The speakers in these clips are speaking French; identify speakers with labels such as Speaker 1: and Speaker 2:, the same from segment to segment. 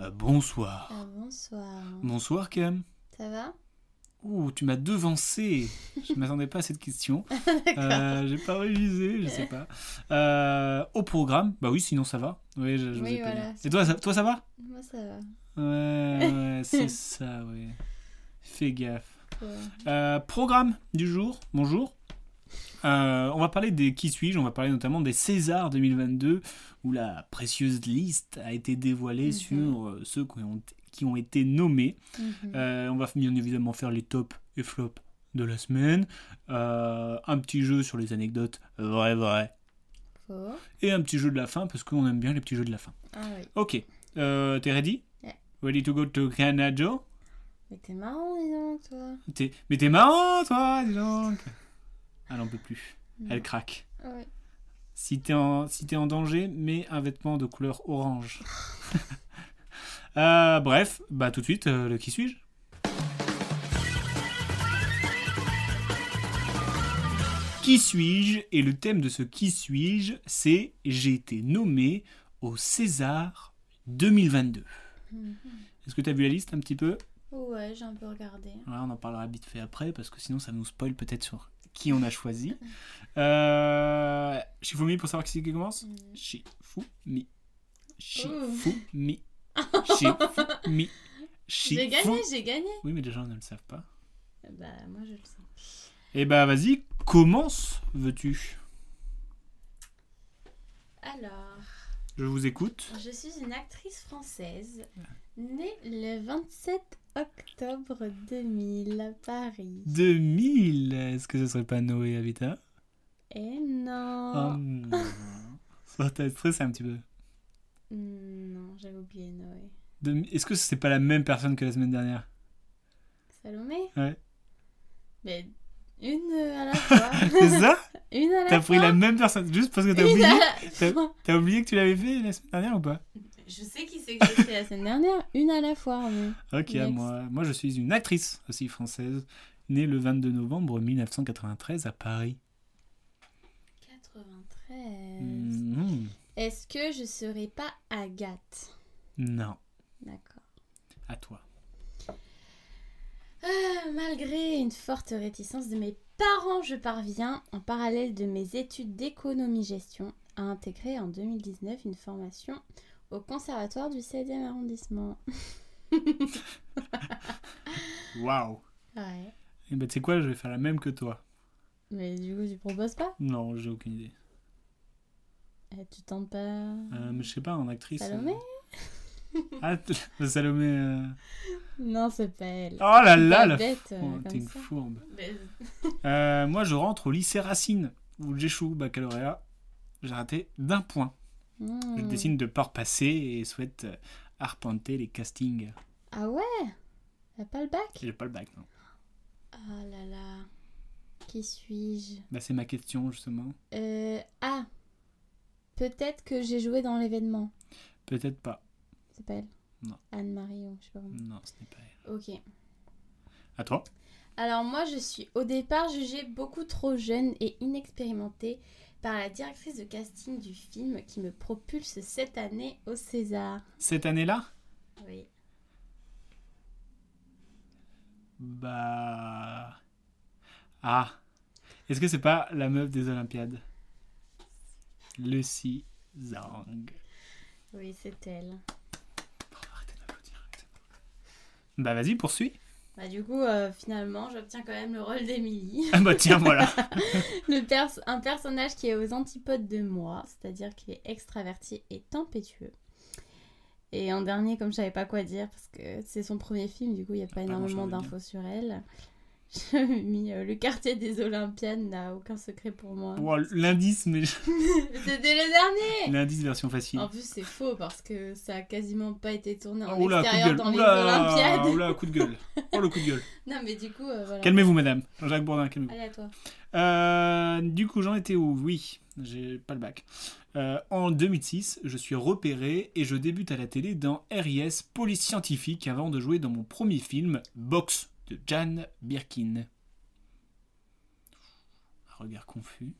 Speaker 1: Euh, bonsoir.
Speaker 2: Ah, bonsoir.
Speaker 1: Bonsoir Cam.
Speaker 2: Ça va
Speaker 1: Ouh, tu m'as devancé. Je ne m'attendais pas à cette question. euh, j'ai pas révisé, je sais pas. Euh, au programme, bah oui, sinon ça va. Oui, je, je
Speaker 2: Oui,
Speaker 1: vous ai pas
Speaker 2: voilà.
Speaker 1: dit. Et toi, ça, toi, ça va
Speaker 2: Moi ça va.
Speaker 1: Ouais, ouais, c'est ça, ouais. Fais gaffe.
Speaker 2: Ouais.
Speaker 1: Euh, programme du jour, bonjour. Euh, on va parler des qui suis-je, on va parler notamment des Césars 2022, où la précieuse liste a été dévoilée sur euh, ceux qui ont, qui ont été nommés.
Speaker 2: Mhm.
Speaker 1: Euh, on va bien évidemment faire les tops et flops de la semaine, Euh, un petit jeu sur les anecdotes vrai vrai,
Speaker 2: Faux.
Speaker 1: et un petit jeu de la fin, parce qu'on aime bien les petits jeux de la fin.
Speaker 2: Ah oui.
Speaker 1: Ok, euh, t'es ready
Speaker 2: Ouais.
Speaker 1: Ready to go to Canada
Speaker 2: Mais t'es marrant, dis donc, toi.
Speaker 1: T'es- Mais t'es marrant, toi, dis donc Elle en peut plus. Elle craque.
Speaker 2: Ah Oui.
Speaker 1: Si t'es en, si t'es en danger, mets un vêtement de couleur orange. Euh, bref, bah tout de suite, euh, le qui suis-je Qui suis-je Et le thème de ce qui suis-je, c'est j'ai été nommé au César 2022.
Speaker 2: Mhm.
Speaker 1: Est-ce que t'as vu la liste un petit peu
Speaker 2: Ouais, j'ai un peu regardé.
Speaker 1: Ouais, on en parlera vite fait après parce que sinon ça nous spoil peut-être sur qui on a choisi. Euh, Shifumi pour savoir qui c'est qui commence
Speaker 2: Mhm.
Speaker 1: Shifumi. Shifumi. Shifumi.
Speaker 2: J'ai gagné,
Speaker 1: Shifumi.
Speaker 2: j'ai gagné.
Speaker 1: Oui, mais les gens ne le savent pas.
Speaker 2: Bah, moi je le sens.
Speaker 1: Eh bah vas-y, commence veux-tu
Speaker 2: Alors,
Speaker 1: Je vous écoute.
Speaker 2: je suis une actrice française née le 27 octobre 2000 à Paris.
Speaker 1: 2000 Est-ce que ce serait pas Noé Habitat
Speaker 2: Et
Speaker 1: Oh,
Speaker 2: non.
Speaker 1: non. Ça t'a stressé un petit peu. Hum.
Speaker 2: Non, j'avais oublié Noé.
Speaker 1: 2000 Est-ce que c'est pas la même personne que la semaine dernière
Speaker 2: Salomé
Speaker 1: Ouais.
Speaker 2: Mais une à la fois.
Speaker 1: C'est ça
Speaker 2: Une à la
Speaker 1: T'as pris
Speaker 2: fois.
Speaker 1: la même personne juste parce que t'as
Speaker 2: Une
Speaker 1: oublié
Speaker 2: à la fois.
Speaker 1: T'as oublié que tu l'avais fait la semaine dernière ou pas
Speaker 2: Je sais qui c'est que j'ai fait la semaine dernière. Une à la fois, mais.
Speaker 1: Ok,
Speaker 2: Next.
Speaker 1: moi, moi je suis une actrice aussi française, née le 22 novembre 1993 à Paris.
Speaker 2: 93.
Speaker 1: Mhm.
Speaker 2: Est-ce que je serai pas Agathe
Speaker 1: Non,
Speaker 2: D'accord.
Speaker 1: à toi.
Speaker 2: Euh, malgré une forte réticence de mes parents, je parviens, en parallèle de mes études d'économie-gestion, à intégrer en 2019 une formation au Conservatoire du 16e arrondissement.
Speaker 1: Waouh
Speaker 2: Ouais.
Speaker 1: Et ben tu sais quoi, je vais faire la même que toi.
Speaker 2: Mais du coup, tu proposes pas
Speaker 1: Non, j'ai aucune idée.
Speaker 2: Eh, Tu tentes pas
Speaker 1: Euh, mais je sais pas, en actrice. euh,
Speaker 2: Salomé
Speaker 1: Ah, t- le Salomé. euh,
Speaker 2: Non, c'est pas elle.
Speaker 1: Oh là là,
Speaker 2: pas
Speaker 1: la
Speaker 2: bête,
Speaker 1: fou-
Speaker 2: euh,
Speaker 1: oh,
Speaker 2: comme
Speaker 1: T'es une
Speaker 2: ça.
Speaker 1: fourbe. Euh, moi je rentre au lycée Racine, où j'échoue au baccalauréat. J'ai raté d'un point.
Speaker 2: Hmm.
Speaker 1: Je décide de ne pas repasser et souhaite euh, arpenter les castings.
Speaker 2: Ah ouais T'as pas le bac
Speaker 1: J'ai pas le bac, non.
Speaker 2: Ah là là. Qui suis-je
Speaker 1: Bah, c'est ma question, justement.
Speaker 2: Euh, ah, peut-être que j'ai joué dans l'événement.
Speaker 1: Peut-être pas.
Speaker 2: C'est pas elle
Speaker 1: Non.
Speaker 2: Anne-Marie ou je sais pas comment.
Speaker 1: Non, ce n'est pas elle.
Speaker 2: Ok.
Speaker 1: À toi
Speaker 2: Alors moi, je suis au départ jugée beaucoup trop jeune et inexpérimentée par la directrice de casting du film qui me propulse cette année au César.
Speaker 1: Cette année-là
Speaker 2: Oui.
Speaker 1: Bah. Ah Est-ce que c'est pas la meuf des Olympiades Lucy Zhang.
Speaker 2: Oui, c'est elle.
Speaker 1: Oh, arrêtez d'applaudir. arrêtez d'applaudir. Bah, vas-y, poursuis.
Speaker 2: Bah du coup, euh, finalement, j'obtiens quand même le rôle d'Émilie.
Speaker 1: Ah, bah, tiens, voilà.
Speaker 2: Le pers- un personnage qui est aux antipodes de moi, c'est-à-dire qui est extraverti et tempétueux. Et en
Speaker 1: Ah
Speaker 2: dernier, comme je savais pas quoi dire, parce que c'est son premier film, du coup il n'y a pas
Speaker 1: pas grand-chose
Speaker 2: énormément
Speaker 1: à dire.
Speaker 2: d'infos sur elle, J'avais mis euh, le quartier des Olympiades n'a aucun secret pour moi.
Speaker 1: Wow, l'indice, mais
Speaker 2: C'était le dernier
Speaker 1: l'indice version facile.
Speaker 2: En plus, c'est faux parce que ça a quasiment pas été tourné en
Speaker 1: Oh là, coup de
Speaker 2: extérieur
Speaker 1: gueule.
Speaker 2: dans les
Speaker 1: Oula,
Speaker 2: Olympiades.
Speaker 1: oula, coup de gueule. Oh le coup de gueule.
Speaker 2: Non, mais du coup, euh, voilà.
Speaker 1: Calmez-vous, madame. Jean-Jacques Bourdin, calmez-vous.
Speaker 2: Allez à toi.
Speaker 1: Euh, du coup, j'en étais où Oui, j'ai pas le bac. Euh, en 2006, je suis repéré et je débute à la télé dans RIS Police Scientifique avant de jouer dans mon premier film, Box, de Jan Birkin. Un regard confus,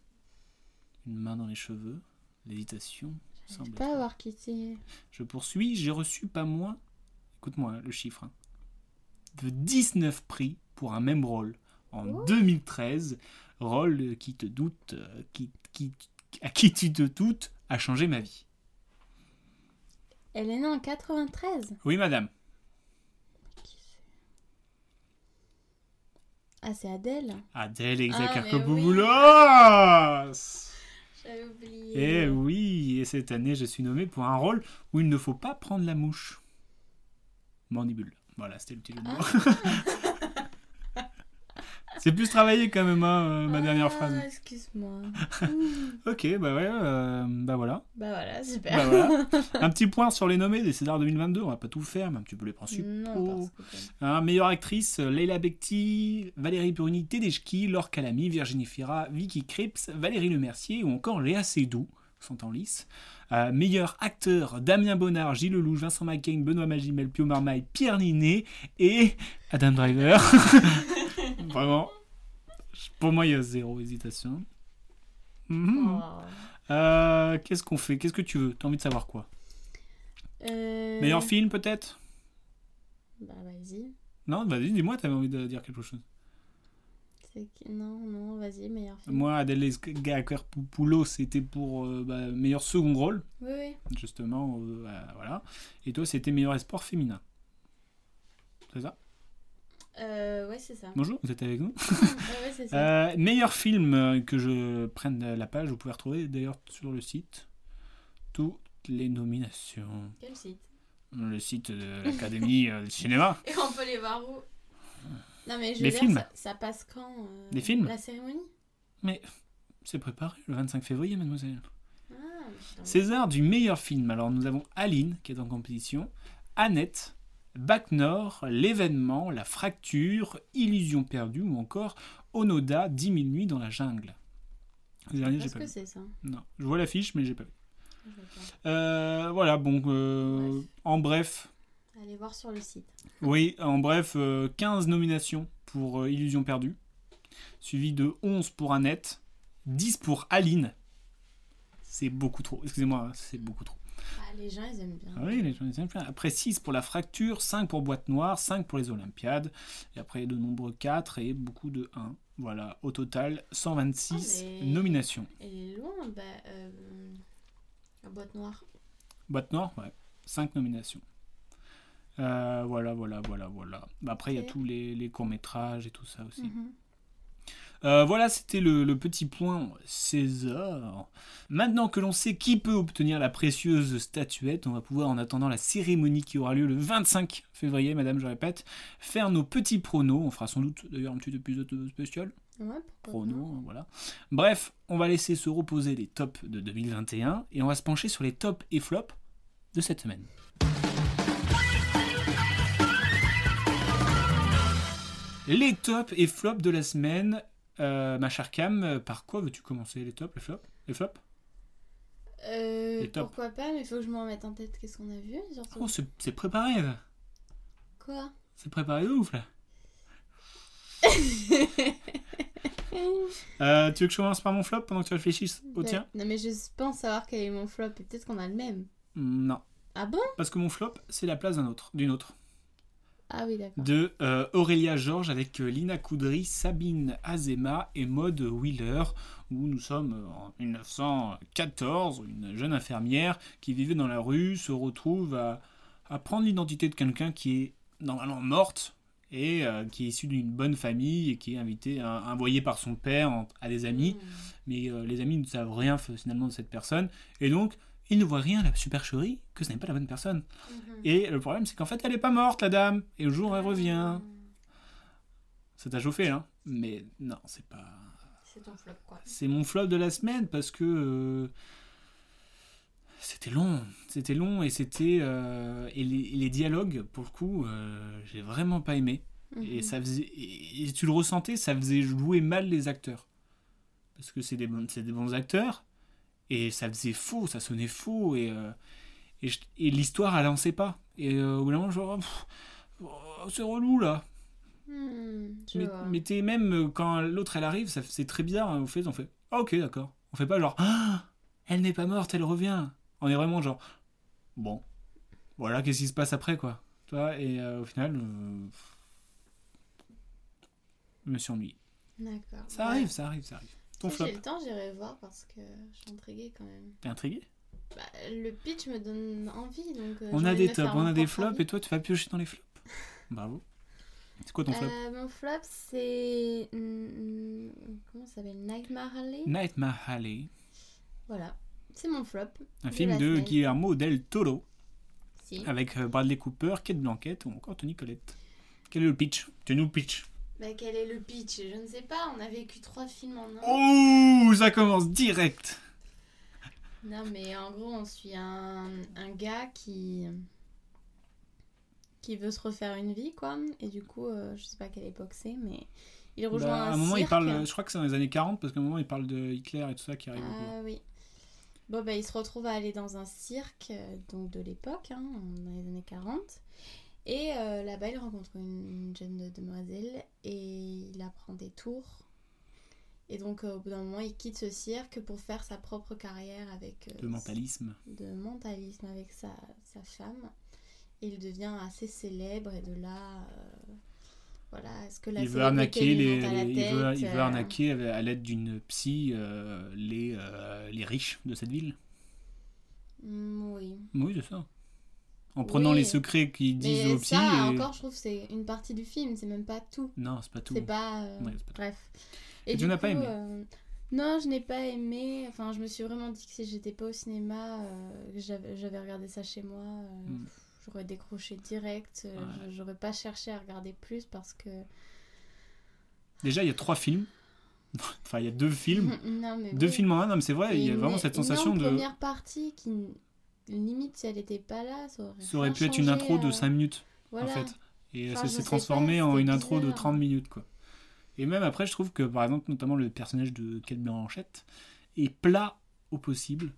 Speaker 1: une main dans les cheveux, l'hésitation.
Speaker 2: Je
Speaker 1: semble
Speaker 2: pas
Speaker 1: être-
Speaker 2: avoir quitté.
Speaker 1: je poursuis, j'ai reçu pas moins, écoute-moi hein, le chiffre, hein, de 19 prix pour un même rôle en 2013, rôle euh, qui te doute, euh, qui, qui- à qui tu te doutes, a changé ma vie.
Speaker 2: Elle est née en 93.
Speaker 1: Oui, madame.
Speaker 2: Ah, c'est Adèle.
Speaker 1: Adèle
Speaker 2: mais
Speaker 1: Exarchopoulos
Speaker 2: J'avais oublié.
Speaker 1: Eh oui, et cette année, je suis nommé pour un rôle où il ne faut pas prendre la mouche. Mandibule. Voilà, c'était le petit jeu de mots. C'est plus travaillé quand même, hein, euh, ma dernière
Speaker 2: Ah,
Speaker 1: phrase.
Speaker 2: Excuse-moi.
Speaker 1: Ok, bah ouais, euh, bah voilà.
Speaker 2: bah voilà, super.
Speaker 1: Bah voilà. un petit point sur les nommés des Césars 2022, on va pas tout faire, mais un petit peu les principes.
Speaker 2: Non, parce que.
Speaker 1: Hein, meilleure actrice, euh, Leila Bekti, Valérie Bruni, Tedeschi, Laure Calamy, Virginie Fira, Vicky Krieps, Valérie Lemercier ou encore Léa Seydoux sont en lice. Euh, meilleur acteur, Damien Bonnard, Gilles Lelouch, Vincent McCain, Benoît Magimel, Pio Marmaille, Pierre Ninet et Adam Driver. Vraiment, pour moi, il y a zéro hésitation. Mhm.
Speaker 2: Oh.
Speaker 1: Euh, Qu'est-ce qu'on fait Qu'est-ce que tu veux T'as envie de savoir quoi
Speaker 2: Euh,
Speaker 1: Meilleur film peut-être
Speaker 2: Bah vas-y.
Speaker 1: Non, vas-y, dis-moi, t'avais envie de dire quelque chose.
Speaker 2: C'est qui- Non, non, vas-y, meilleur film.
Speaker 1: Moi, Adèle Escarpopoulos, c'était pour euh, bah, meilleur second rôle,
Speaker 2: Oui, oui.
Speaker 1: justement. euh, euh, voilà. Et toi, c'était meilleur espoir féminin. C'est ça
Speaker 2: Euh, ouais, c'est ça.
Speaker 1: Bonjour, vous êtes avec nous
Speaker 2: Ouais, ouais, c'est ça.
Speaker 1: Euh, Meilleur film euh, que je prenne de la page, vous pouvez retrouver d'ailleurs sur le site toutes les nominations.
Speaker 2: Quel site
Speaker 1: Le site de l'Académie euh, du cinéma.
Speaker 2: Et on peut les voir où Non, mais je veux
Speaker 1: Les
Speaker 2: dire,
Speaker 1: films.
Speaker 2: Ça, ça passe quand euh,
Speaker 1: Les films
Speaker 2: La cérémonie
Speaker 1: C'est préparé le 25 février, mademoiselle.
Speaker 2: Ah, putain.
Speaker 1: César du meilleur film. Alors nous avons Aline qui est en compétition, Annette, Bac Nord, L'événement, La fracture, Illusion perdue ou encore Onoda, 10 000 nuits dans la jungle. Le dernier, j'ai
Speaker 2: Est-ce
Speaker 1: pas
Speaker 2: que
Speaker 1: vu.
Speaker 2: c'est ça
Speaker 1: Non, je vois l'affiche, mais j'ai pas vu.
Speaker 2: Je vais pas.
Speaker 1: Euh, voilà, bon, euh,
Speaker 2: Bref.
Speaker 1: en bref,
Speaker 2: Allez voir sur le site.
Speaker 1: oui, en bref, euh, 15 nominations pour euh, Illusion perdue, suivi de 11 pour Annette, 10 pour Aline. C'est beaucoup trop, excusez-moi, c'est beaucoup trop.
Speaker 2: Ah, les gens, ils aiment bien.
Speaker 1: Ah Oui, les gens ils aiment bien. Après 6 pour la fracture, 5 pour boîte noire, 5 pour les Olympiades, et après de nombreux 4 et beaucoup de 1. Voilà, au total 126
Speaker 2: Ah, mais-
Speaker 1: nominations.
Speaker 2: Elle est loin, bah. Euh, la boîte noire.
Speaker 1: Boîte noire, ouais, 5 nominations. Euh, voilà, voilà, voilà, voilà. Bah, après, il y
Speaker 2: Ok.
Speaker 1: a tous les, les courts-métrages et tout ça aussi.
Speaker 2: Mhm.
Speaker 1: Euh, voilà, c'était le, le petit point César. Maintenant que l'on sait qui peut obtenir la précieuse statuette, on va pouvoir, en attendant la cérémonie qui aura lieu le 25 février, madame, je répète, faire nos petits pronos. On fera sans doute d'ailleurs un petit épisode spécial.
Speaker 2: Ouais, pourquoi pas.
Speaker 1: Pronos, voilà. Bref, on va laisser se reposer les tops de 2021 et on va se pencher sur les tops et flops de cette semaine. Les tops et flops de la semaine. Euh, ma chère Cam, euh, par quoi veux-tu commencer Les tops, les flops Les flops
Speaker 2: Euh,
Speaker 1: Et top.
Speaker 2: pourquoi pas, mais il faut que je me remette en tête qu'est-ce qu'on a vu, surtout.
Speaker 1: Oh, c'est c'est préparé là
Speaker 2: Quoi
Speaker 1: C'est préparé de ouf là Euh, Tu veux que je commence par mon flop pendant que tu réfléchisses au
Speaker 2: Ouais.
Speaker 1: tien
Speaker 2: Bah, Non, mais je pense savoir quel est mon flop et peut-être qu'on a le même.
Speaker 1: Non,
Speaker 2: Ah bon
Speaker 1: parce que mon flop, c'est la place d'un autre, d'une autre.
Speaker 2: Ah oui, d'accord.
Speaker 1: de euh, Aurélia Georges avec euh, Lina Koudry, Sabine Azema et Maud Wheeler, où nous sommes euh, en 1914. Une jeune infirmière qui vivait dans la rue se retrouve à, à prendre l'identité de quelqu'un qui est normalement morte et euh, qui est issue d'une bonne famille et qui est invitée, à- envoyée par son père en- à des
Speaker 2: Mm.
Speaker 1: amis. Mais euh, les amis ne savent rien f- finalement de cette personne. Et donc, ils ne voient rien à la supercherie que ce n'est pas la bonne personne.
Speaker 2: Mhm. Hmm.
Speaker 1: Et le problème, c'est qu'en fait, elle n'est pas morte, la dame. Et au jour, où elle revient. Ça t'a chauffé, hein Mais non, c'est pas.
Speaker 2: C'est ton flop, quoi.
Speaker 1: C'est mon flop de la semaine parce que. euh, c'était long. C'était long et c'était. euh, et, les, et les dialogues, pour le coup, euh, j'ai vraiment pas aimé.
Speaker 2: Mhm.
Speaker 1: Et, ça faisait, et, et tu le ressentais, ça faisait jouer mal les acteurs. Parce que c'est des, bons- c'est des bons acteurs, et ça faisait faux, ça sonnait faux, et, euh, et, je- et l'histoire, elle avançait pas. Et euh, au bout d'un moment, je me dis, Oh, pff, oh, c'est relou là.
Speaker 2: Mhm, je
Speaker 1: Mais,
Speaker 2: vois.
Speaker 1: mais t'es même euh, quand l'autre elle arrive, ça f- c'est très bizarre. hein, Au fait, on fait ah, ok, d'accord. On fait pas genre Ah, elle n'est pas morte, elle revient. On est vraiment genre bon, voilà, qu'est-ce qui se passe après quoi. Tu vois, et euh, au final, euh, pff, je me suis ennuyé.
Speaker 2: D'accord.
Speaker 1: Ça
Speaker 2: Ouais.
Speaker 1: arrive, ça arrive, ça arrive. Ton
Speaker 2: Si
Speaker 1: flop.
Speaker 2: j'ai le temps, j'irai voir parce que je suis intriguée quand même.
Speaker 1: T'es intrigué
Speaker 2: Bah, le pitch me donne envie, donc... euh,
Speaker 1: On
Speaker 2: j'ai
Speaker 1: a
Speaker 2: envie de
Speaker 1: des
Speaker 2: me
Speaker 1: tops,
Speaker 2: faire
Speaker 1: on
Speaker 2: mon
Speaker 1: a des
Speaker 2: propre
Speaker 1: flops,
Speaker 2: avis.
Speaker 1: et toi tu vas piocher dans les flops. Bravo. C'est quoi ton flop
Speaker 2: Euh, mon flop, c'est... hum, hum, Comment ça s'appelle Nightmare Alley
Speaker 1: Nightmare Alley,
Speaker 2: Voilà. C'est mon flop.
Speaker 1: un
Speaker 2: de
Speaker 1: film
Speaker 2: la
Speaker 1: de
Speaker 2: semaine.
Speaker 1: Guillermo del Toro.
Speaker 2: Si.
Speaker 1: avec euh, Bradley Cooper, Kate Blanquette ou encore Tony Collette. Quel est le pitch Tu nous pitch.
Speaker 2: Bah, quel est le pitch Je ne sais pas, on a vécu trois films en un.
Speaker 1: Oh, ça commence direct.
Speaker 2: Non, mais en gros, on suit un, un gars qui. qui veut se refaire une vie, quoi. Et du coup, euh, je sais pas quelle époque c'est, mais il rejoint
Speaker 1: Bah,
Speaker 2: un,
Speaker 1: à un moment, il
Speaker 2: cirque.
Speaker 1: parle. euh, Je crois que c'est dans les années 40 parce qu'à un moment, il parle de Hitler et tout ça qui arrive. au pouvoir.
Speaker 2: Ah oui. Bon, bah, il se retrouve à aller dans un cirque, euh, donc de l'époque, hein, dans les années 40. Et euh, là-bas, il rencontre une, une jeune demoiselle et il apprend des tours. Et donc, euh, au bout d'un moment, il quitte ce cirque pour faire sa propre carrière avec. euh,
Speaker 1: De mentalisme.
Speaker 2: de mentalisme avec sa, sa femme. Et il devient assez célèbre et de là, euh, voilà, est-ce que la
Speaker 1: Il veut
Speaker 2: célébrité
Speaker 1: arnaquer
Speaker 2: lui
Speaker 1: les.
Speaker 2: monte à la
Speaker 1: il, veut,
Speaker 2: tête,
Speaker 1: il veut
Speaker 2: euh,
Speaker 1: arnaquer avec- à l'aide d'une psy euh, les euh, les riches de cette ville.
Speaker 2: mm, Oui.
Speaker 1: Oui, c'est ça. En prenant
Speaker 2: Oui.
Speaker 1: les secrets qu'ils disent
Speaker 2: Mais
Speaker 1: aux psy.
Speaker 2: ça,
Speaker 1: et-
Speaker 2: encore, je trouve que c'est une partie du film, c'est même pas tout.
Speaker 1: Non, c'est pas tout.
Speaker 2: C'est pas, euh,
Speaker 1: Ouais, c'est pas tout.
Speaker 2: Bref.
Speaker 1: Et tu n'as pas aimé
Speaker 2: euh, Non, je n'ai pas aimé. Enfin, je me suis vraiment dit que si j'étais pas au cinéma, euh, que j'avais j'avais regardé ça chez moi, euh,
Speaker 1: Mm.
Speaker 2: pff, j'aurais décroché direct. euh,
Speaker 1: Ouais.
Speaker 2: je- J'aurais pas cherché à regarder plus parce que.
Speaker 1: Déjà, il y a trois films. enfin, il y a deux films.
Speaker 2: non, mais
Speaker 1: Deux
Speaker 2: bon.
Speaker 1: films en un, non, mais c'est vrai,
Speaker 2: Et
Speaker 1: il y a
Speaker 2: une-
Speaker 1: vraiment cette
Speaker 2: une
Speaker 1: sensation
Speaker 2: énorme
Speaker 1: de.
Speaker 2: première partie qui, limite, si elle n'était pas là, ça aurait.
Speaker 1: Ça aurait
Speaker 2: rien
Speaker 1: pu être une
Speaker 2: changé,
Speaker 1: intro de
Speaker 2: euh,
Speaker 1: 5 minutes,
Speaker 2: voilà.
Speaker 1: en fait. Et
Speaker 2: Enfin,
Speaker 1: ça
Speaker 2: je
Speaker 1: s'est
Speaker 2: sais
Speaker 1: transformé
Speaker 2: pas,
Speaker 1: en
Speaker 2: c'est
Speaker 1: une intro de
Speaker 2: bizarre.
Speaker 1: 30 minutes, quoi. Et même après, je trouve que, par exemple, notamment le personnage de Kate Blanchette est plat au possible.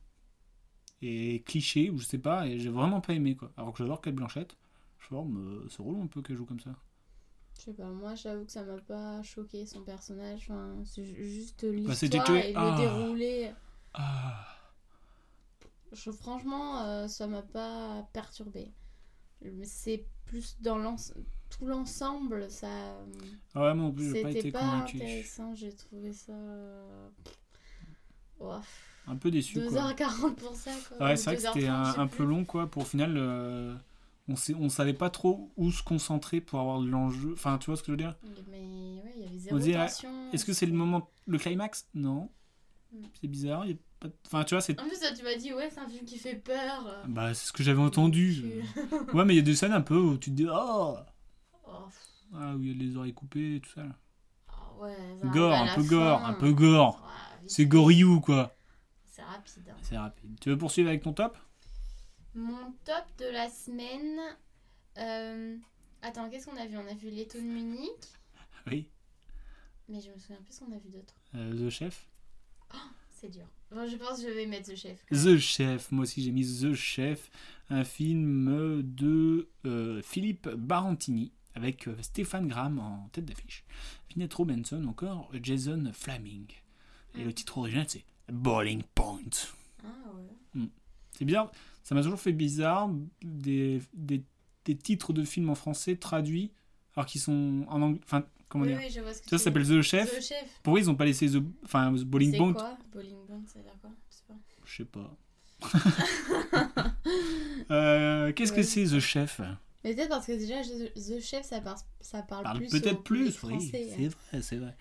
Speaker 1: Et cliché, ou je sais pas, et j'ai vraiment pas aimé, quoi. Alors que j'adore Kate Blanchette. Je forme, euh, c'est relou un peu qu'elle joue comme ça.
Speaker 2: Je sais pas, moi j'avoue que ça m'a pas choqué son personnage. Enfin, c'est ju- juste l'histoire
Speaker 1: c'était que-
Speaker 2: et
Speaker 1: Ah.
Speaker 2: le déroulé.
Speaker 1: Ah,
Speaker 2: Je, franchement, euh, ça m'a pas perturbé. C'est plus dans l'ense- tout l'ensemble, ça. euh,
Speaker 1: Ah ouais, moi, en plus, j'ai pas
Speaker 2: C'était
Speaker 1: été
Speaker 2: pas,
Speaker 1: convaincu.
Speaker 2: intéressant, j'ai trouvé ça. euh, ouaf.
Speaker 1: Un peu déçu, quoi. Ah
Speaker 2: 2h40 pour ça quoi.
Speaker 1: Ouais,
Speaker 2: Ou
Speaker 1: c'est vrai que
Speaker 2: 2h30,
Speaker 1: c'était
Speaker 2: je
Speaker 1: un,
Speaker 2: sais
Speaker 1: un
Speaker 2: plus.
Speaker 1: peu long, quoi. Pour au final, euh, on, sait, on savait pas trop où se concentrer pour avoir de l'enjeu. Enfin, tu vois ce que je veux dire
Speaker 2: Mais ouais, il y avait zéro
Speaker 1: On dirait,
Speaker 2: tension.
Speaker 1: Est-ce que c'est le moment, le climax Non.
Speaker 2: Mm.
Speaker 1: C'est bizarre. y a pas de- Enfin, tu vois, c'est.
Speaker 2: En plus, toi, tu m'as dit, ouais, c'est un film qui fait peur.
Speaker 1: Bah, c'est ce que j'avais entendu.
Speaker 2: Tu-
Speaker 1: ouais, mais il y a des scènes un peu où tu te dis Oh
Speaker 2: Oh, pff,
Speaker 1: Ah, où il y a les oreilles coupées et tout ça. là.
Speaker 2: ah ouais, ça
Speaker 1: Gore,
Speaker 2: arrive à
Speaker 1: un
Speaker 2: la
Speaker 1: peu gore,
Speaker 2: fin.
Speaker 1: un peu gore.
Speaker 2: Ouais, vite.
Speaker 1: C'est goriou, quoi.
Speaker 2: C'est rapide. hein.
Speaker 1: C'est rapide. Tu veux poursuivre avec ton top
Speaker 2: Mon top de la semaine. euh, Attends, qu'est-ce qu'on a vu On a vu L'étau de Munich.
Speaker 1: Oui.
Speaker 2: Mais je me souviens plus ce qu'on a vu d'autre.
Speaker 1: Euh, The Chef.
Speaker 2: C'est dur. Bon, je pense que je vais mettre The Chef.
Speaker 1: The Chef, moi aussi j'ai mis The Chef, un film de euh, Philippe Barantini avec euh, Stéphane Graham en tête d'affiche, Vinette Robinson, encore Jason Fleming. Et le titre original c'est Bowling Point.
Speaker 2: Ah ouais.
Speaker 1: C'est bizarre, ça m'a toujours fait bizarre des, des, des titres de films en français traduits alors qu'ils sont en anglais. Enfin, comment
Speaker 2: oui,
Speaker 1: dire
Speaker 2: oui, je vois ce que
Speaker 1: Ça
Speaker 2: tu
Speaker 1: s'appelle
Speaker 2: veux
Speaker 1: The
Speaker 2: dire.
Speaker 1: Chef.
Speaker 2: The Chef.
Speaker 1: Pourquoi ils ont pas laissé The, enfin, The Bowling
Speaker 2: C'est
Speaker 1: Point
Speaker 2: quoi Bowling Bond, ça veut dire quoi Je sais pas.
Speaker 1: Je sais pas. Euh, Qu'est-ce que
Speaker 2: Ouais.
Speaker 1: c'est The Chef
Speaker 2: Mais peut-être parce que déjà, je- The Chef, ça, par- ça parle,
Speaker 1: parle
Speaker 2: plus. au
Speaker 1: peut-être plus,
Speaker 2: public
Speaker 1: oui,
Speaker 2: français. hein.
Speaker 1: c'est vrai, c'est vrai.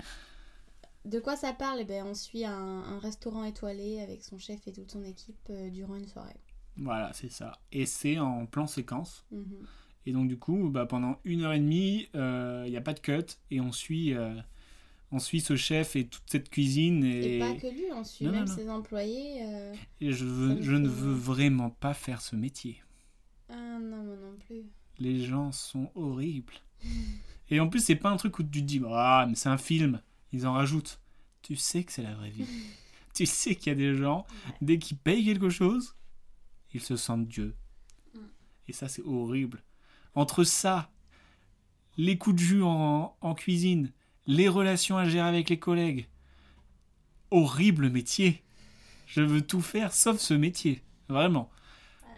Speaker 2: De quoi ça parle Eh ben, On suit un, un restaurant étoilé avec son chef et toute son équipe euh, durant une soirée.
Speaker 1: Voilà, c'est ça. Et c'est en plan séquence.
Speaker 2: Mhm.
Speaker 1: Et donc, du coup, bah, pendant une heure et demie, euh, il n'y a pas de cut. Et on suit, euh, on suit ce chef et toute cette cuisine.
Speaker 2: Et
Speaker 1: Et,
Speaker 2: pas que lui, on suit
Speaker 1: Non, non,
Speaker 2: même
Speaker 1: non.
Speaker 2: ses employés. euh,
Speaker 1: et je,
Speaker 2: Ça
Speaker 1: veux-
Speaker 2: me
Speaker 1: je ne
Speaker 2: fait-
Speaker 1: veux vraiment pas faire ce métier.
Speaker 2: Ah non, moi non plus.
Speaker 1: Les gens sont horribles. Et en plus, c'est pas un truc où tu te dis, ah, mais c'est un film. Ils en rajoutent. Tu sais que c'est la vraie vie. tu sais qu'il y a des gens, dès qu'ils payent quelque chose, ils se sentent Dieu.
Speaker 2: Mm.
Speaker 1: Et ça, c'est horrible. Entre ça, les coups de jus en, en cuisine, les relations à gérer avec les collègues, horrible métier. Je veux tout faire sauf ce métier. Vraiment.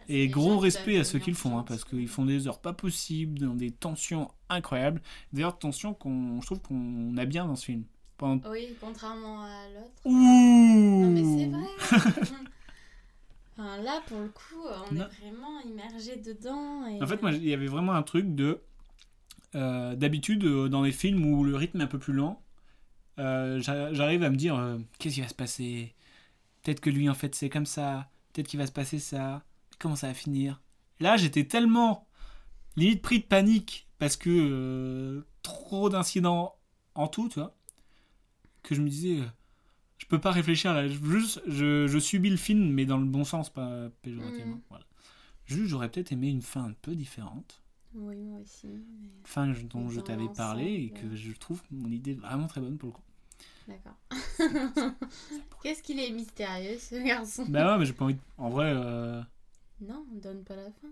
Speaker 1: Et gros respect à ceux qui le font, hein, parce qu'ils font des heures pas possibles, dans des tensions incroyables. D'ailleurs, tensions qu'on, je trouve qu'on a bien dans ce film. Pendant...
Speaker 2: Oui, contrairement à l'autre.
Speaker 1: Ouh
Speaker 2: Non, mais c'est vrai. Enfin, là, pour le coup, euh, on
Speaker 1: Non.
Speaker 2: est vraiment immergé dedans. Et...
Speaker 1: En fait, moi, il y avait vraiment un truc de. euh, D'habitude, euh, dans les films où le rythme est un peu plus lent, euh, j'a- j'arrive à me dire euh, qu'est-ce qui va se passer Peut-être que lui, en fait, c'est comme ça. Peut-être qu'il va se passer ça. Comment ça va finir Là, j'étais tellement limite pris de panique parce que euh, trop d'incidents en tout, tu vois, que je me disais. euh, je peux pas réfléchir là, je, juste je, je subis le film, mais dans le bon sens, pas péjorativement.
Speaker 2: Mhm.
Speaker 1: Voilà. Juste, j'aurais peut-être aimé une fin un peu différente.
Speaker 2: Oui, moi aussi. mais-
Speaker 1: Fin je- dont
Speaker 2: Dans
Speaker 1: je t'avais parlé et
Speaker 2: l'ensemble.
Speaker 1: que je trouve mon idée vraiment très bonne pour le coup.
Speaker 2: D'accord. Qu'est-ce qu'il est mystérieux, ce garçon.
Speaker 1: bah ouais, mais j'ai pas envie. de- En vrai, euh,
Speaker 2: Non, on donne pas la fin.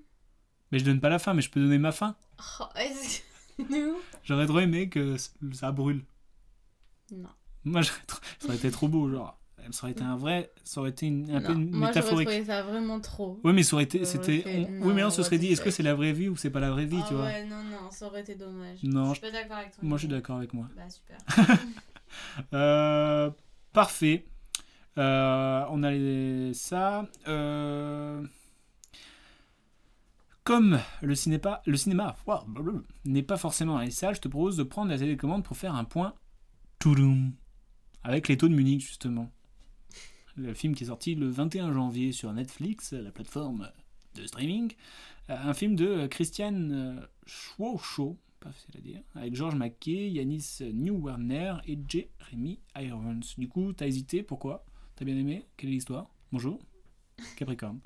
Speaker 1: mais je donne pas la fin, mais je peux donner ma fin.
Speaker 2: Oh, est-ce que... Nous
Speaker 1: J'aurais trop aimé que c- ça brûle.
Speaker 2: Non.
Speaker 1: Moi, j'aurais trop- ça aurait été trop beau, genre. Ça aurait été un vrai. Ça aurait été une- un peu
Speaker 2: non.
Speaker 1: une
Speaker 2: Moi, j'aurais
Speaker 1: métaphorique.
Speaker 2: trouvé ça vraiment trop.
Speaker 1: Oui, mais ça aurait été.
Speaker 2: J'aurais
Speaker 1: C'était.
Speaker 2: fait,
Speaker 1: on-
Speaker 2: non,
Speaker 1: oui, mais là, on se
Speaker 2: what
Speaker 1: serait
Speaker 2: the
Speaker 1: dit, est-ce que
Speaker 2: fuck.
Speaker 1: c'est la vraie vie ou c'est pas la vraie vie,
Speaker 2: ah
Speaker 1: tu vois
Speaker 2: ouais, non, non, ça aurait été dommage.
Speaker 1: Non,
Speaker 2: Je suis pas d'accord avec toi.
Speaker 1: Moi, je suis d'accord avec moi.
Speaker 2: Bah, super.
Speaker 1: Euh, parfait. Euh, on a les- ça. Euh, Comme le cinéma, le cinéma waouh, blablabla, n'est pas forcément à ça, je te propose de prendre la télécommande pour faire un point toudoum, avec les taux de Munich, justement. Le film qui est sorti le 21 janvier sur Netflix, la plateforme de streaming. Euh, Un film de Christiane euh, Schwocho, pas facile à dire, avec Georges Mackey, Yanis New-Werner et Jeremy Irons. Du coup, t'as hésité, pourquoi T'as bien aimé Quelle est l'histoire Bonjour Capricorne.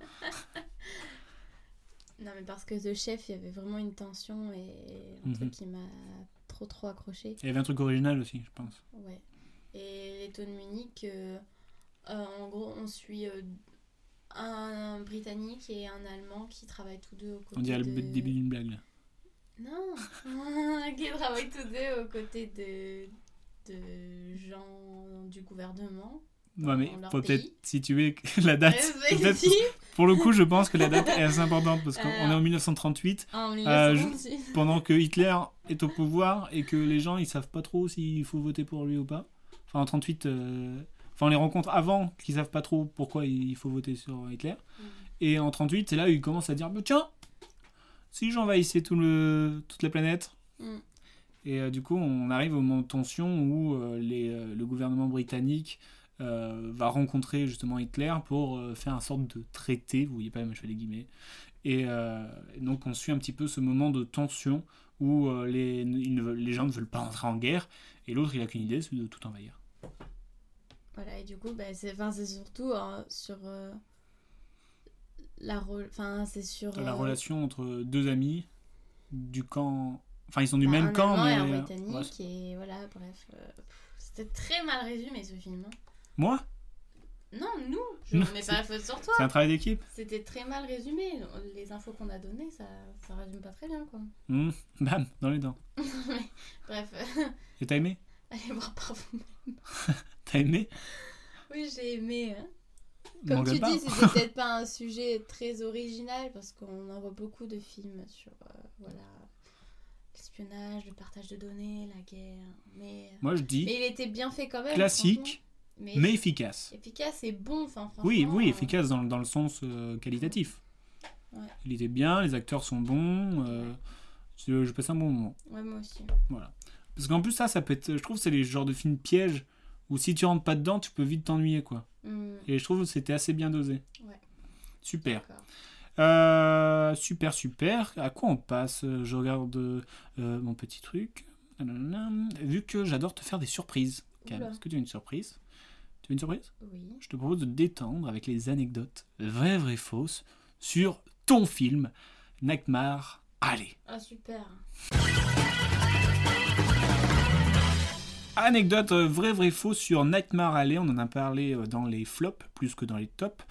Speaker 2: Non, mais parce que The Chef, il y avait vraiment une tension et un
Speaker 1: Mhm.
Speaker 2: truc qui m'a trop trop accroché.
Speaker 1: Il y avait un truc original aussi, je pense.
Speaker 2: Ouais. Et les taux de Munich, euh, euh, en gros, on suit euh, un Britannique et un Allemand qui travaillent tous deux aux côtés
Speaker 1: On dirait
Speaker 2: de...
Speaker 1: le début d'une blague. là.
Speaker 2: Non Qui travaillent tous deux aux côtés de, de gens du gouvernement. Euh,
Speaker 1: Ouais, mais
Speaker 2: leur
Speaker 1: faut peut-être
Speaker 2: pays.
Speaker 1: situer la date. Peut-être-
Speaker 2: Respectif
Speaker 1: pour le coup, je pense que la date est assez importante parce qu'on
Speaker 2: Euh,
Speaker 1: est en 1938,
Speaker 2: En
Speaker 1: Euh, je-
Speaker 2: 1936.
Speaker 1: pendant que Hitler est au pouvoir et que les gens ils savent pas trop s'il faut voter pour lui ou pas. Enfin, en 38, euh, enfin, on les rencontre avant qu'ils savent pas trop pourquoi il faut voter sur Hitler. Et en 38, c'est là où ils commencent à dire Bah, tiens, si j'envahissais tout le, toute la planète.
Speaker 2: Mm.
Speaker 1: Et euh, du coup, on arrive au moment de tension où euh, les, euh, le gouvernement britannique euh, va rencontrer justement Hitler pour euh, faire un sorte de traité. Vous voyez pas, mais je fais les guillemets. Et euh, et donc, on suit un petit peu ce moment de tension où euh, les, ils ne veulent- les gens ne veulent pas entrer en guerre et l'autre, il a qu'une idée, c'est de tout envahir.
Speaker 2: Voilà, et du coup, bah, c'est enfin, c'est surtout hein, sur. euh, la re- Enfin, c'est sur.
Speaker 1: La
Speaker 2: euh,
Speaker 1: relation entre deux amis du camp. Enfin, ils sont du
Speaker 2: bah,
Speaker 1: même
Speaker 2: un
Speaker 1: camp,
Speaker 2: Allemand
Speaker 1: mais.
Speaker 2: Et un
Speaker 1: euh, ouais,
Speaker 2: britannique, et voilà, bref. euh, pff, C'était très mal résumé ce film. hein.
Speaker 1: Moi
Speaker 2: Non, nous, je
Speaker 1: Non,
Speaker 2: ne mets pas la faute sur toi.
Speaker 1: C'est un travail d'équipe
Speaker 2: C'était très mal résumé. Les infos qu'on a données, ça, ça résume pas très bien, quoi.
Speaker 1: Mmh, Bam, dans les dents.
Speaker 2: Bref, euh,
Speaker 1: Et t'as aimé
Speaker 2: allez voir par vous.
Speaker 1: T'as aimé
Speaker 2: Oui, j'ai aimé. hein. Comme
Speaker 1: M'engueule
Speaker 2: tu
Speaker 1: pas.
Speaker 2: dis, c'était peut-être pas un sujet très original parce qu'on en voit beaucoup de films sur euh, voilà l'espionnage, le partage de données, la guerre. Mais,
Speaker 1: Moi, je
Speaker 2: mais
Speaker 1: dis
Speaker 2: il était bien fait quand même.
Speaker 1: classique,
Speaker 2: franchement. Mais,
Speaker 1: mais efficace.
Speaker 2: efficace et bon. Enfin, franchement,
Speaker 1: Oui, oui,
Speaker 2: euh,
Speaker 1: efficace dans, dans le sens euh, qualitatif.
Speaker 2: Ouais.
Speaker 1: Il était bien, les acteurs sont bons. euh, je, je passe un bon moment.
Speaker 2: Ouais, moi aussi.
Speaker 1: Parce qu'en plus, ça, ça peut être. Je trouve que c'est les genres de films pièges où si tu rentres pas dedans, tu peux vite t'ennuyer, quoi.
Speaker 2: Hum,
Speaker 1: Et je trouve que c'était assez bien dosé.
Speaker 2: Ouais.
Speaker 1: Super.
Speaker 2: d'accord.
Speaker 1: Euh, super, super. À quoi on passe Je regarde euh, mon petit truc. Nanana. Vu que j'adore te faire des surprises. Cam,
Speaker 2: Oula.
Speaker 1: est-ce que tu as une surprise Tu veux une surprise
Speaker 2: Oui.
Speaker 1: Je te propose de te détendre avec les anecdotes vraies, vraies, fausses sur ton film, Nakmar. Allez
Speaker 2: Ah, super.
Speaker 1: Anecdote euh, vrai vrai faux sur Nightmare Alley, on en a parlé euh, dans les flops plus que dans les tops,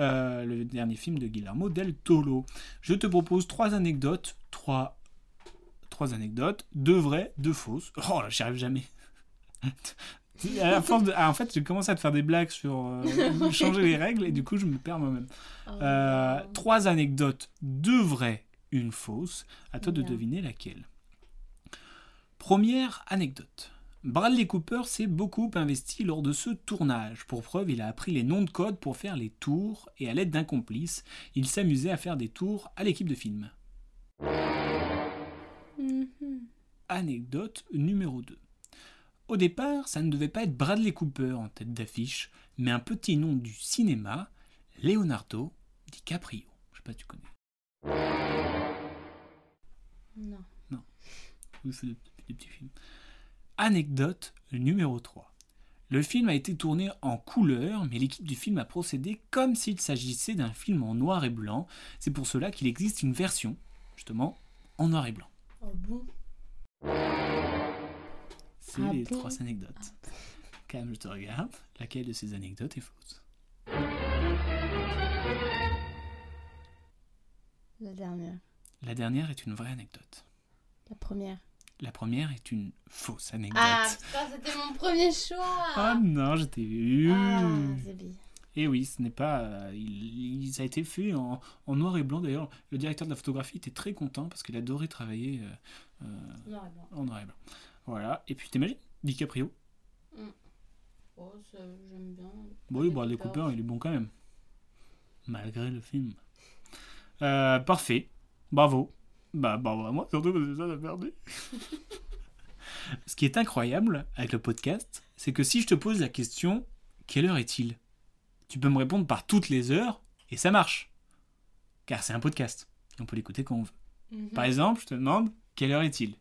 Speaker 1: Euh, le dernier film de Guillermo del Toro. Je te propose trois anecdotes, trois, trois anecdotes, deux vraies, deux fausses. Oh là, j'y arrive jamais. À force de- ah, en fait, j'ai commencé à te faire des blagues sur euh, changer les règles et du coup, je me perds moi-même.
Speaker 2: Oh,
Speaker 1: Euh,
Speaker 2: wow.
Speaker 1: trois anecdotes, deux vraies, une fausse. À toi de
Speaker 2: Bien.
Speaker 1: deviner laquelle. Première anecdote. Bradley Cooper s'est beaucoup investi lors de ce tournage. Pour preuve, il a appris les noms de code pour faire les tours et à l'aide d'un complice, il s'amusait à faire des tours à l'équipe de film.
Speaker 2: Mhm.
Speaker 1: Anecdote numéro 2. Au départ, ça ne devait pas être Bradley Cooper en tête d'affiche, mais un petit nom du cinéma, Leonardo DiCaprio. Je sais pas si tu connais.
Speaker 2: Non.
Speaker 1: Oui, c'est des, des petits films. Anecdote numéro 3. Le film a été tourné en couleur, mais l'équipe du film a procédé comme s'il s'agissait d'un film en noir et blanc. C'est pour cela qu'il existe une version, justement, en noir et blanc.
Speaker 2: Oh bon
Speaker 1: C'est
Speaker 2: Ah
Speaker 1: les
Speaker 2: bon
Speaker 1: trois anecdotes. Cam, je te regarde. Laquelle de ces anecdotes est fausse
Speaker 2: La dernière.
Speaker 1: La dernière est une vraie anecdote.
Speaker 2: La première.
Speaker 1: La première est une fausse anecdote.
Speaker 2: Ah putain, c'était mon premier choix
Speaker 1: Oh non, je t'ai eu.
Speaker 2: Ah, Zébi.
Speaker 1: Et Eh oui, ce n'est pas. euh, il, il- ça a été fait en, en noir et blanc. D'ailleurs, le directeur de la photographie était très content parce qu'il adorait travailler euh, euh,
Speaker 2: Non, eh ben, non.
Speaker 1: en noir et blanc. Voilà. Et puis, t'imagines DiCaprio
Speaker 2: Oh, ça, j'aime bien.
Speaker 1: Bon, Bah oui, Bradley Cooper, il est bon quand même. Malgré le film. Euh, parfait. Bravo. Bah, bravo à moi, surtout parce que ça, j'ai perdu. Ce qui est incroyable avec le podcast, c'est que si je te pose la question Quelle heure est-il Tu peux me répondre par toutes les heures et ça marche. Car c'est un podcast. On peut l'écouter quand on veut.
Speaker 2: Mhm.
Speaker 1: Par exemple, je te demande Quelle heure est-il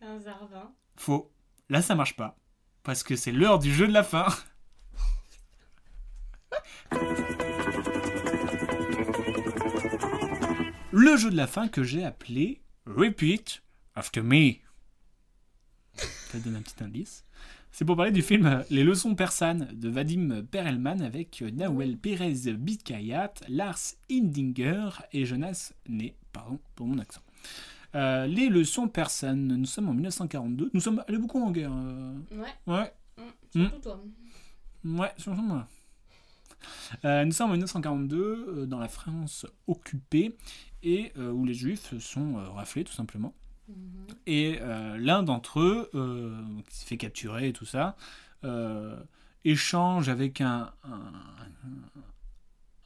Speaker 2: 15h20.
Speaker 1: Faux. Là, ça marche pas. Parce que c'est l'heure du jeu de la fin. Le jeu de la fin que j'ai appelé Repeat After Me. Je vais te donner un petit indice. C'est pour parler du film euh, Les leçons persanes de Vadim Perelman avec euh, Nahuel Pérez Bitkayat, Lars Hindinger et Jonas Ney. Pardon pour mon accent. Euh, les leçons persanes. Nous sommes en 1942. Nous sommes allés beaucoup en guerre. euh,
Speaker 2: Ouais,
Speaker 1: Ouais,
Speaker 2: Mmh.
Speaker 1: Mmh.
Speaker 2: surtout toi.
Speaker 1: ouais, surtout moi. Euh, nous sommes en 1942 euh, dans la France occupée et euh, où les Juifs sont euh, raflés tout simplement.
Speaker 2: Mhm.
Speaker 1: Et euh, l'un d'entre eux, euh, qui s'est fait capturer et tout ça, euh, échange avec un, un-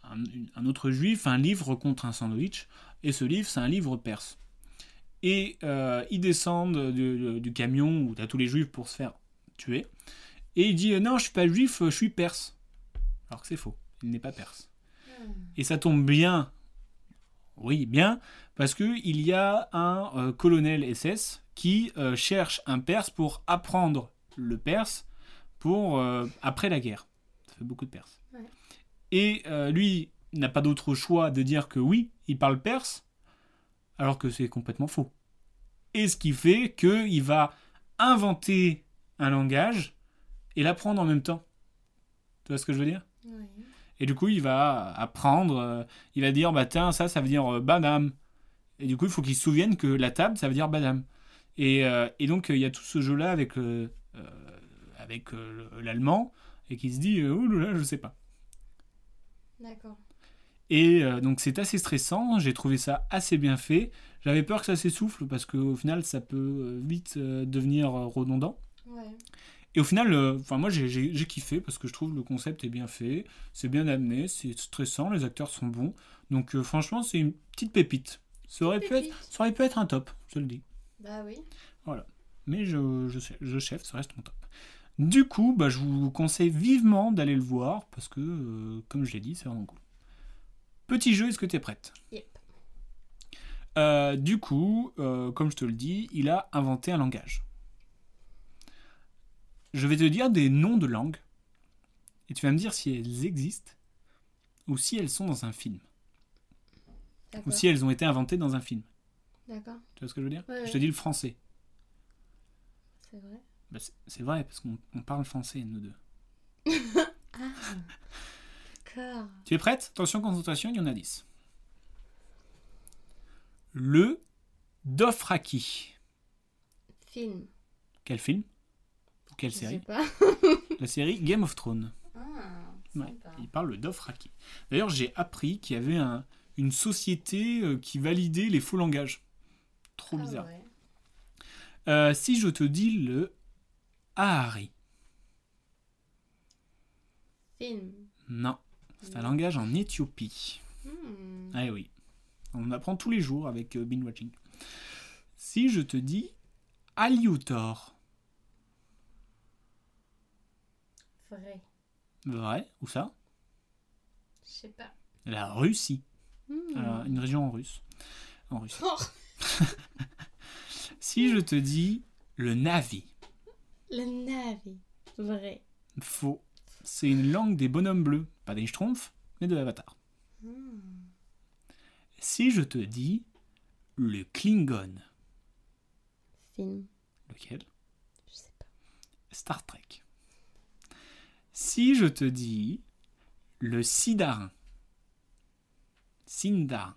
Speaker 1: un- une- un autre juif un livre contre un sandwich. Et ce livre, c'est un livre perse. Et euh, ils descendent du, du camion où t'as tous les juifs pour se faire tuer. Et il dit euh, Non, je suis pas juif, je suis perse. Alors que c'est faux, il n'est pas perse. Et ça tombe bien, oui, bien, parce que il y a un euh, colonel SS qui euh, cherche un Perse pour apprendre le Perse pour euh, après la guerre. Ça fait beaucoup de Perse.
Speaker 2: Ouais.
Speaker 1: Et euh, lui n'a pas d'autre choix de dire que oui, il parle perse, alors que c'est complètement faux. Et ce qui fait que il va inventer un langage et l'apprendre en même temps. Tu vois ce que je veux dire
Speaker 2: Oui.
Speaker 1: et du coup, il va apprendre, euh, il va dire, bah tiens, ça, ça veut dire euh, badam. Et du coup, il faut qu'il se souvienne que la table, ça veut dire badam. Et, euh, et donc, euh, il y a tout ce jeu-là avec, euh, euh, avec euh, le- l'allemand, et qui se dit, euh, ouh là là, je sais pas.
Speaker 2: D'accord.
Speaker 1: Et euh, donc, c'est assez stressant, j'ai trouvé ça assez bien fait. J'avais peur que ça s'essouffle, parce qu'au final, ça peut euh, vite euh, devenir euh, redondant.
Speaker 2: Ouais.
Speaker 1: Et au final, euh, enfin moi j'ai- j'ai j'ai kiffé parce que je trouve le concept est bien fait, c'est bien amené, c'est stressant, les acteurs sont bons. Donc euh, franchement, c'est une petite pépite. Ça aurait, pu être,
Speaker 2: Pépite.
Speaker 1: ça aurait pu être un top, je le dis.
Speaker 2: Bah oui.
Speaker 1: Mais je, je, sais- je chef, ça reste mon top. Du coup, bah, je vous conseille vivement d'aller le voir parce que, euh, comme je l'ai dit, c'est vraiment cool. Petit jeu, est-ce que tu es prête
Speaker 2: Yep.
Speaker 1: Euh, du coup, euh, comme je te le dis, il a inventé un langage. Je vais te dire des noms de langues et tu vas me dire si elles existent ou si elles sont dans un film ou
Speaker 2: D'accord.
Speaker 1: si elles ont été inventées dans un film.
Speaker 2: D'accord,
Speaker 1: Tu vois ce que je veux dire
Speaker 2: Ouais,
Speaker 1: Je te
Speaker 2: ouais.
Speaker 1: dis le français.
Speaker 2: c'est vrai.
Speaker 1: Bah, c'est- c'est vrai parce qu'on on parle français nous deux.
Speaker 2: D'accord.
Speaker 1: Tu es prête Attention, concentration, il y en a 10. Le Dothraki.
Speaker 2: Film.
Speaker 1: Quel film Ou quelle
Speaker 2: Je sais
Speaker 1: série
Speaker 2: pas.
Speaker 1: La série Game of Thrones.
Speaker 2: Ah,
Speaker 1: Ouais,
Speaker 2: sympa.
Speaker 1: il parle de Dothraki. D'ailleurs, j'ai appris qu'il y avait un- une société euh, qui validait les faux langages. Trop
Speaker 2: Ah
Speaker 1: bizarre.
Speaker 2: ouais.
Speaker 1: Euh, si je te dis le Ahari.
Speaker 2: Film.
Speaker 1: Non, c'est un
Speaker 2: Non.
Speaker 1: langage en Éthiopie.
Speaker 2: Hmm.
Speaker 1: Ah oui, on apprend tous les jours avec euh, binge watching. Si je te dis Aliutor,
Speaker 2: Vrai.
Speaker 1: vrai ou ça
Speaker 2: Je sais pas.
Speaker 1: La Russie, Euh,
Speaker 2: Hmm.
Speaker 1: Alors, une région en russe, en Russie.
Speaker 2: Oh.
Speaker 1: Si je te dis le Navi,
Speaker 2: Le navi. Vrai.
Speaker 1: faux. C'est une langue des bonhommes bleus, pas des schtroumpfs, mais de l'avatar.
Speaker 2: Hmm.
Speaker 1: Si je te dis le Klingon,
Speaker 2: Film.
Speaker 1: lequel
Speaker 2: Je sais pas.
Speaker 1: Star Trek. Si je te dis le Sindarin, Sindarin,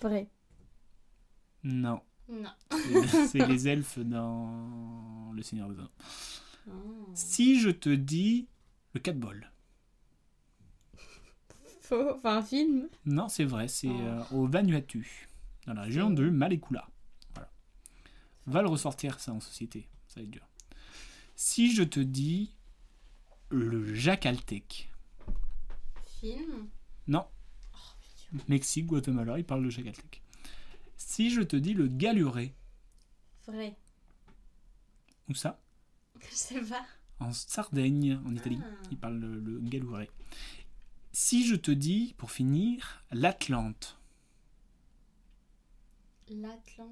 Speaker 2: Vrai.
Speaker 1: non.
Speaker 2: Non.
Speaker 1: C'est- C'est les elfes dans Le Seigneur des Anneaux.
Speaker 2: Hmm.
Speaker 1: Si je te dis le 4 bol.
Speaker 2: Faux. Enfin, film.
Speaker 1: Non, c'est vrai, c'est
Speaker 2: Oh.
Speaker 1: euh, au Vanuatu, dans la région de Malekula. Voilà. Va le ressortir, ça, en société. Ça va être dur. Si je te dis le Jacaltec.
Speaker 2: Film.
Speaker 1: Non,
Speaker 2: Oh, putain.
Speaker 1: Mexique, Guatemala, ils parlent de Jacaltec. Si je te dis le Galuré.
Speaker 2: Vrai.
Speaker 1: Où ça
Speaker 2: Je sais pas.
Speaker 1: En Sardaigne, en Italie.
Speaker 2: Ah.
Speaker 1: Il parle le, le galouret. Si je te dis, pour finir, l'Atlante.
Speaker 2: L'Atlante.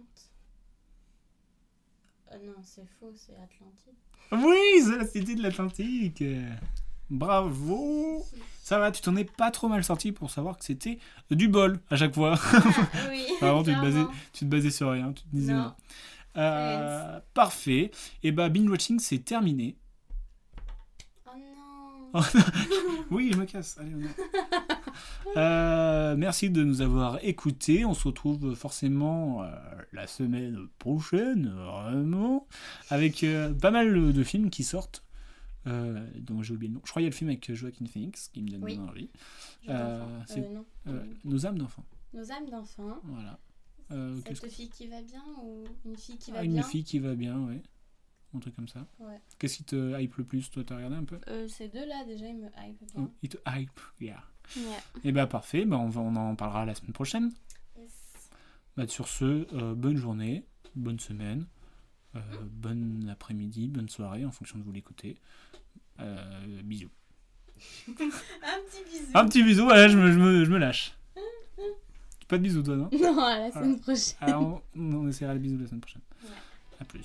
Speaker 2: Euh, non, c'est faux, c'est Atlantide.
Speaker 1: Oui, c'est la cité de l'Atlantique. Bravo. Ça va, tu t'en es pas trop mal sorti pour savoir que c'était du bol à chaque fois.
Speaker 2: Ah oui.
Speaker 1: Avant, tu te,
Speaker 2: clairement.
Speaker 1: basais, tu te basais sur rien. Tu te disais
Speaker 2: Non.
Speaker 1: non. Euh, parfait. Et bah, binge watching, c'est terminé.
Speaker 2: Oh non.
Speaker 1: Oui, je me casse. Allez, on y va. Euh, merci de nous avoir écoutés. On se retrouve forcément euh, la semaine prochaine, vraiment, avec euh, pas mal de films qui sortent. Euh, dont j'ai oublié le nom. Je crois qu'il y a le film avec Joaquin Phoenix qui me donne
Speaker 2: Oui.
Speaker 1: bien envie.
Speaker 2: Nos enfants.
Speaker 1: Euh, c'est-
Speaker 2: Euh, non.
Speaker 1: Euh, Nos âmes d'enfants.
Speaker 2: Nos âmes d'enfants.
Speaker 1: Voilà. Euh, qu'est-ce
Speaker 2: Cette fille qui va bien ou une fille qui va
Speaker 1: Ah, une
Speaker 2: bien
Speaker 1: fille qui va bien, ouais. Un truc comme ça.
Speaker 2: Ouais.
Speaker 1: Qu'est-ce qui te hype le plus Toi, t'as regardé un peu
Speaker 2: Euh, Ces deux-là, déjà, ils me hype hein.
Speaker 1: Oh,
Speaker 2: bien.
Speaker 1: Il te hype, yeah. Et bah, parfait. Bah, on, va, on en parlera la semaine prochaine.
Speaker 2: Yes.
Speaker 1: Bah, sur ce, euh, bonne journée, bonne semaine, euh,
Speaker 2: Mmh.
Speaker 1: bon après-midi, bonne soirée, en fonction de vous l'écouter. Euh, bisous.
Speaker 2: Un petit bisou.
Speaker 1: Un petit bisou, voilà, je me, je me- je me lâche. Pas de bisous, toi, non
Speaker 2: Non, à la semaine prochaine.
Speaker 1: Alors, on, on essaiera le bisou la semaine prochaine.
Speaker 2: Ouais.
Speaker 1: A plus.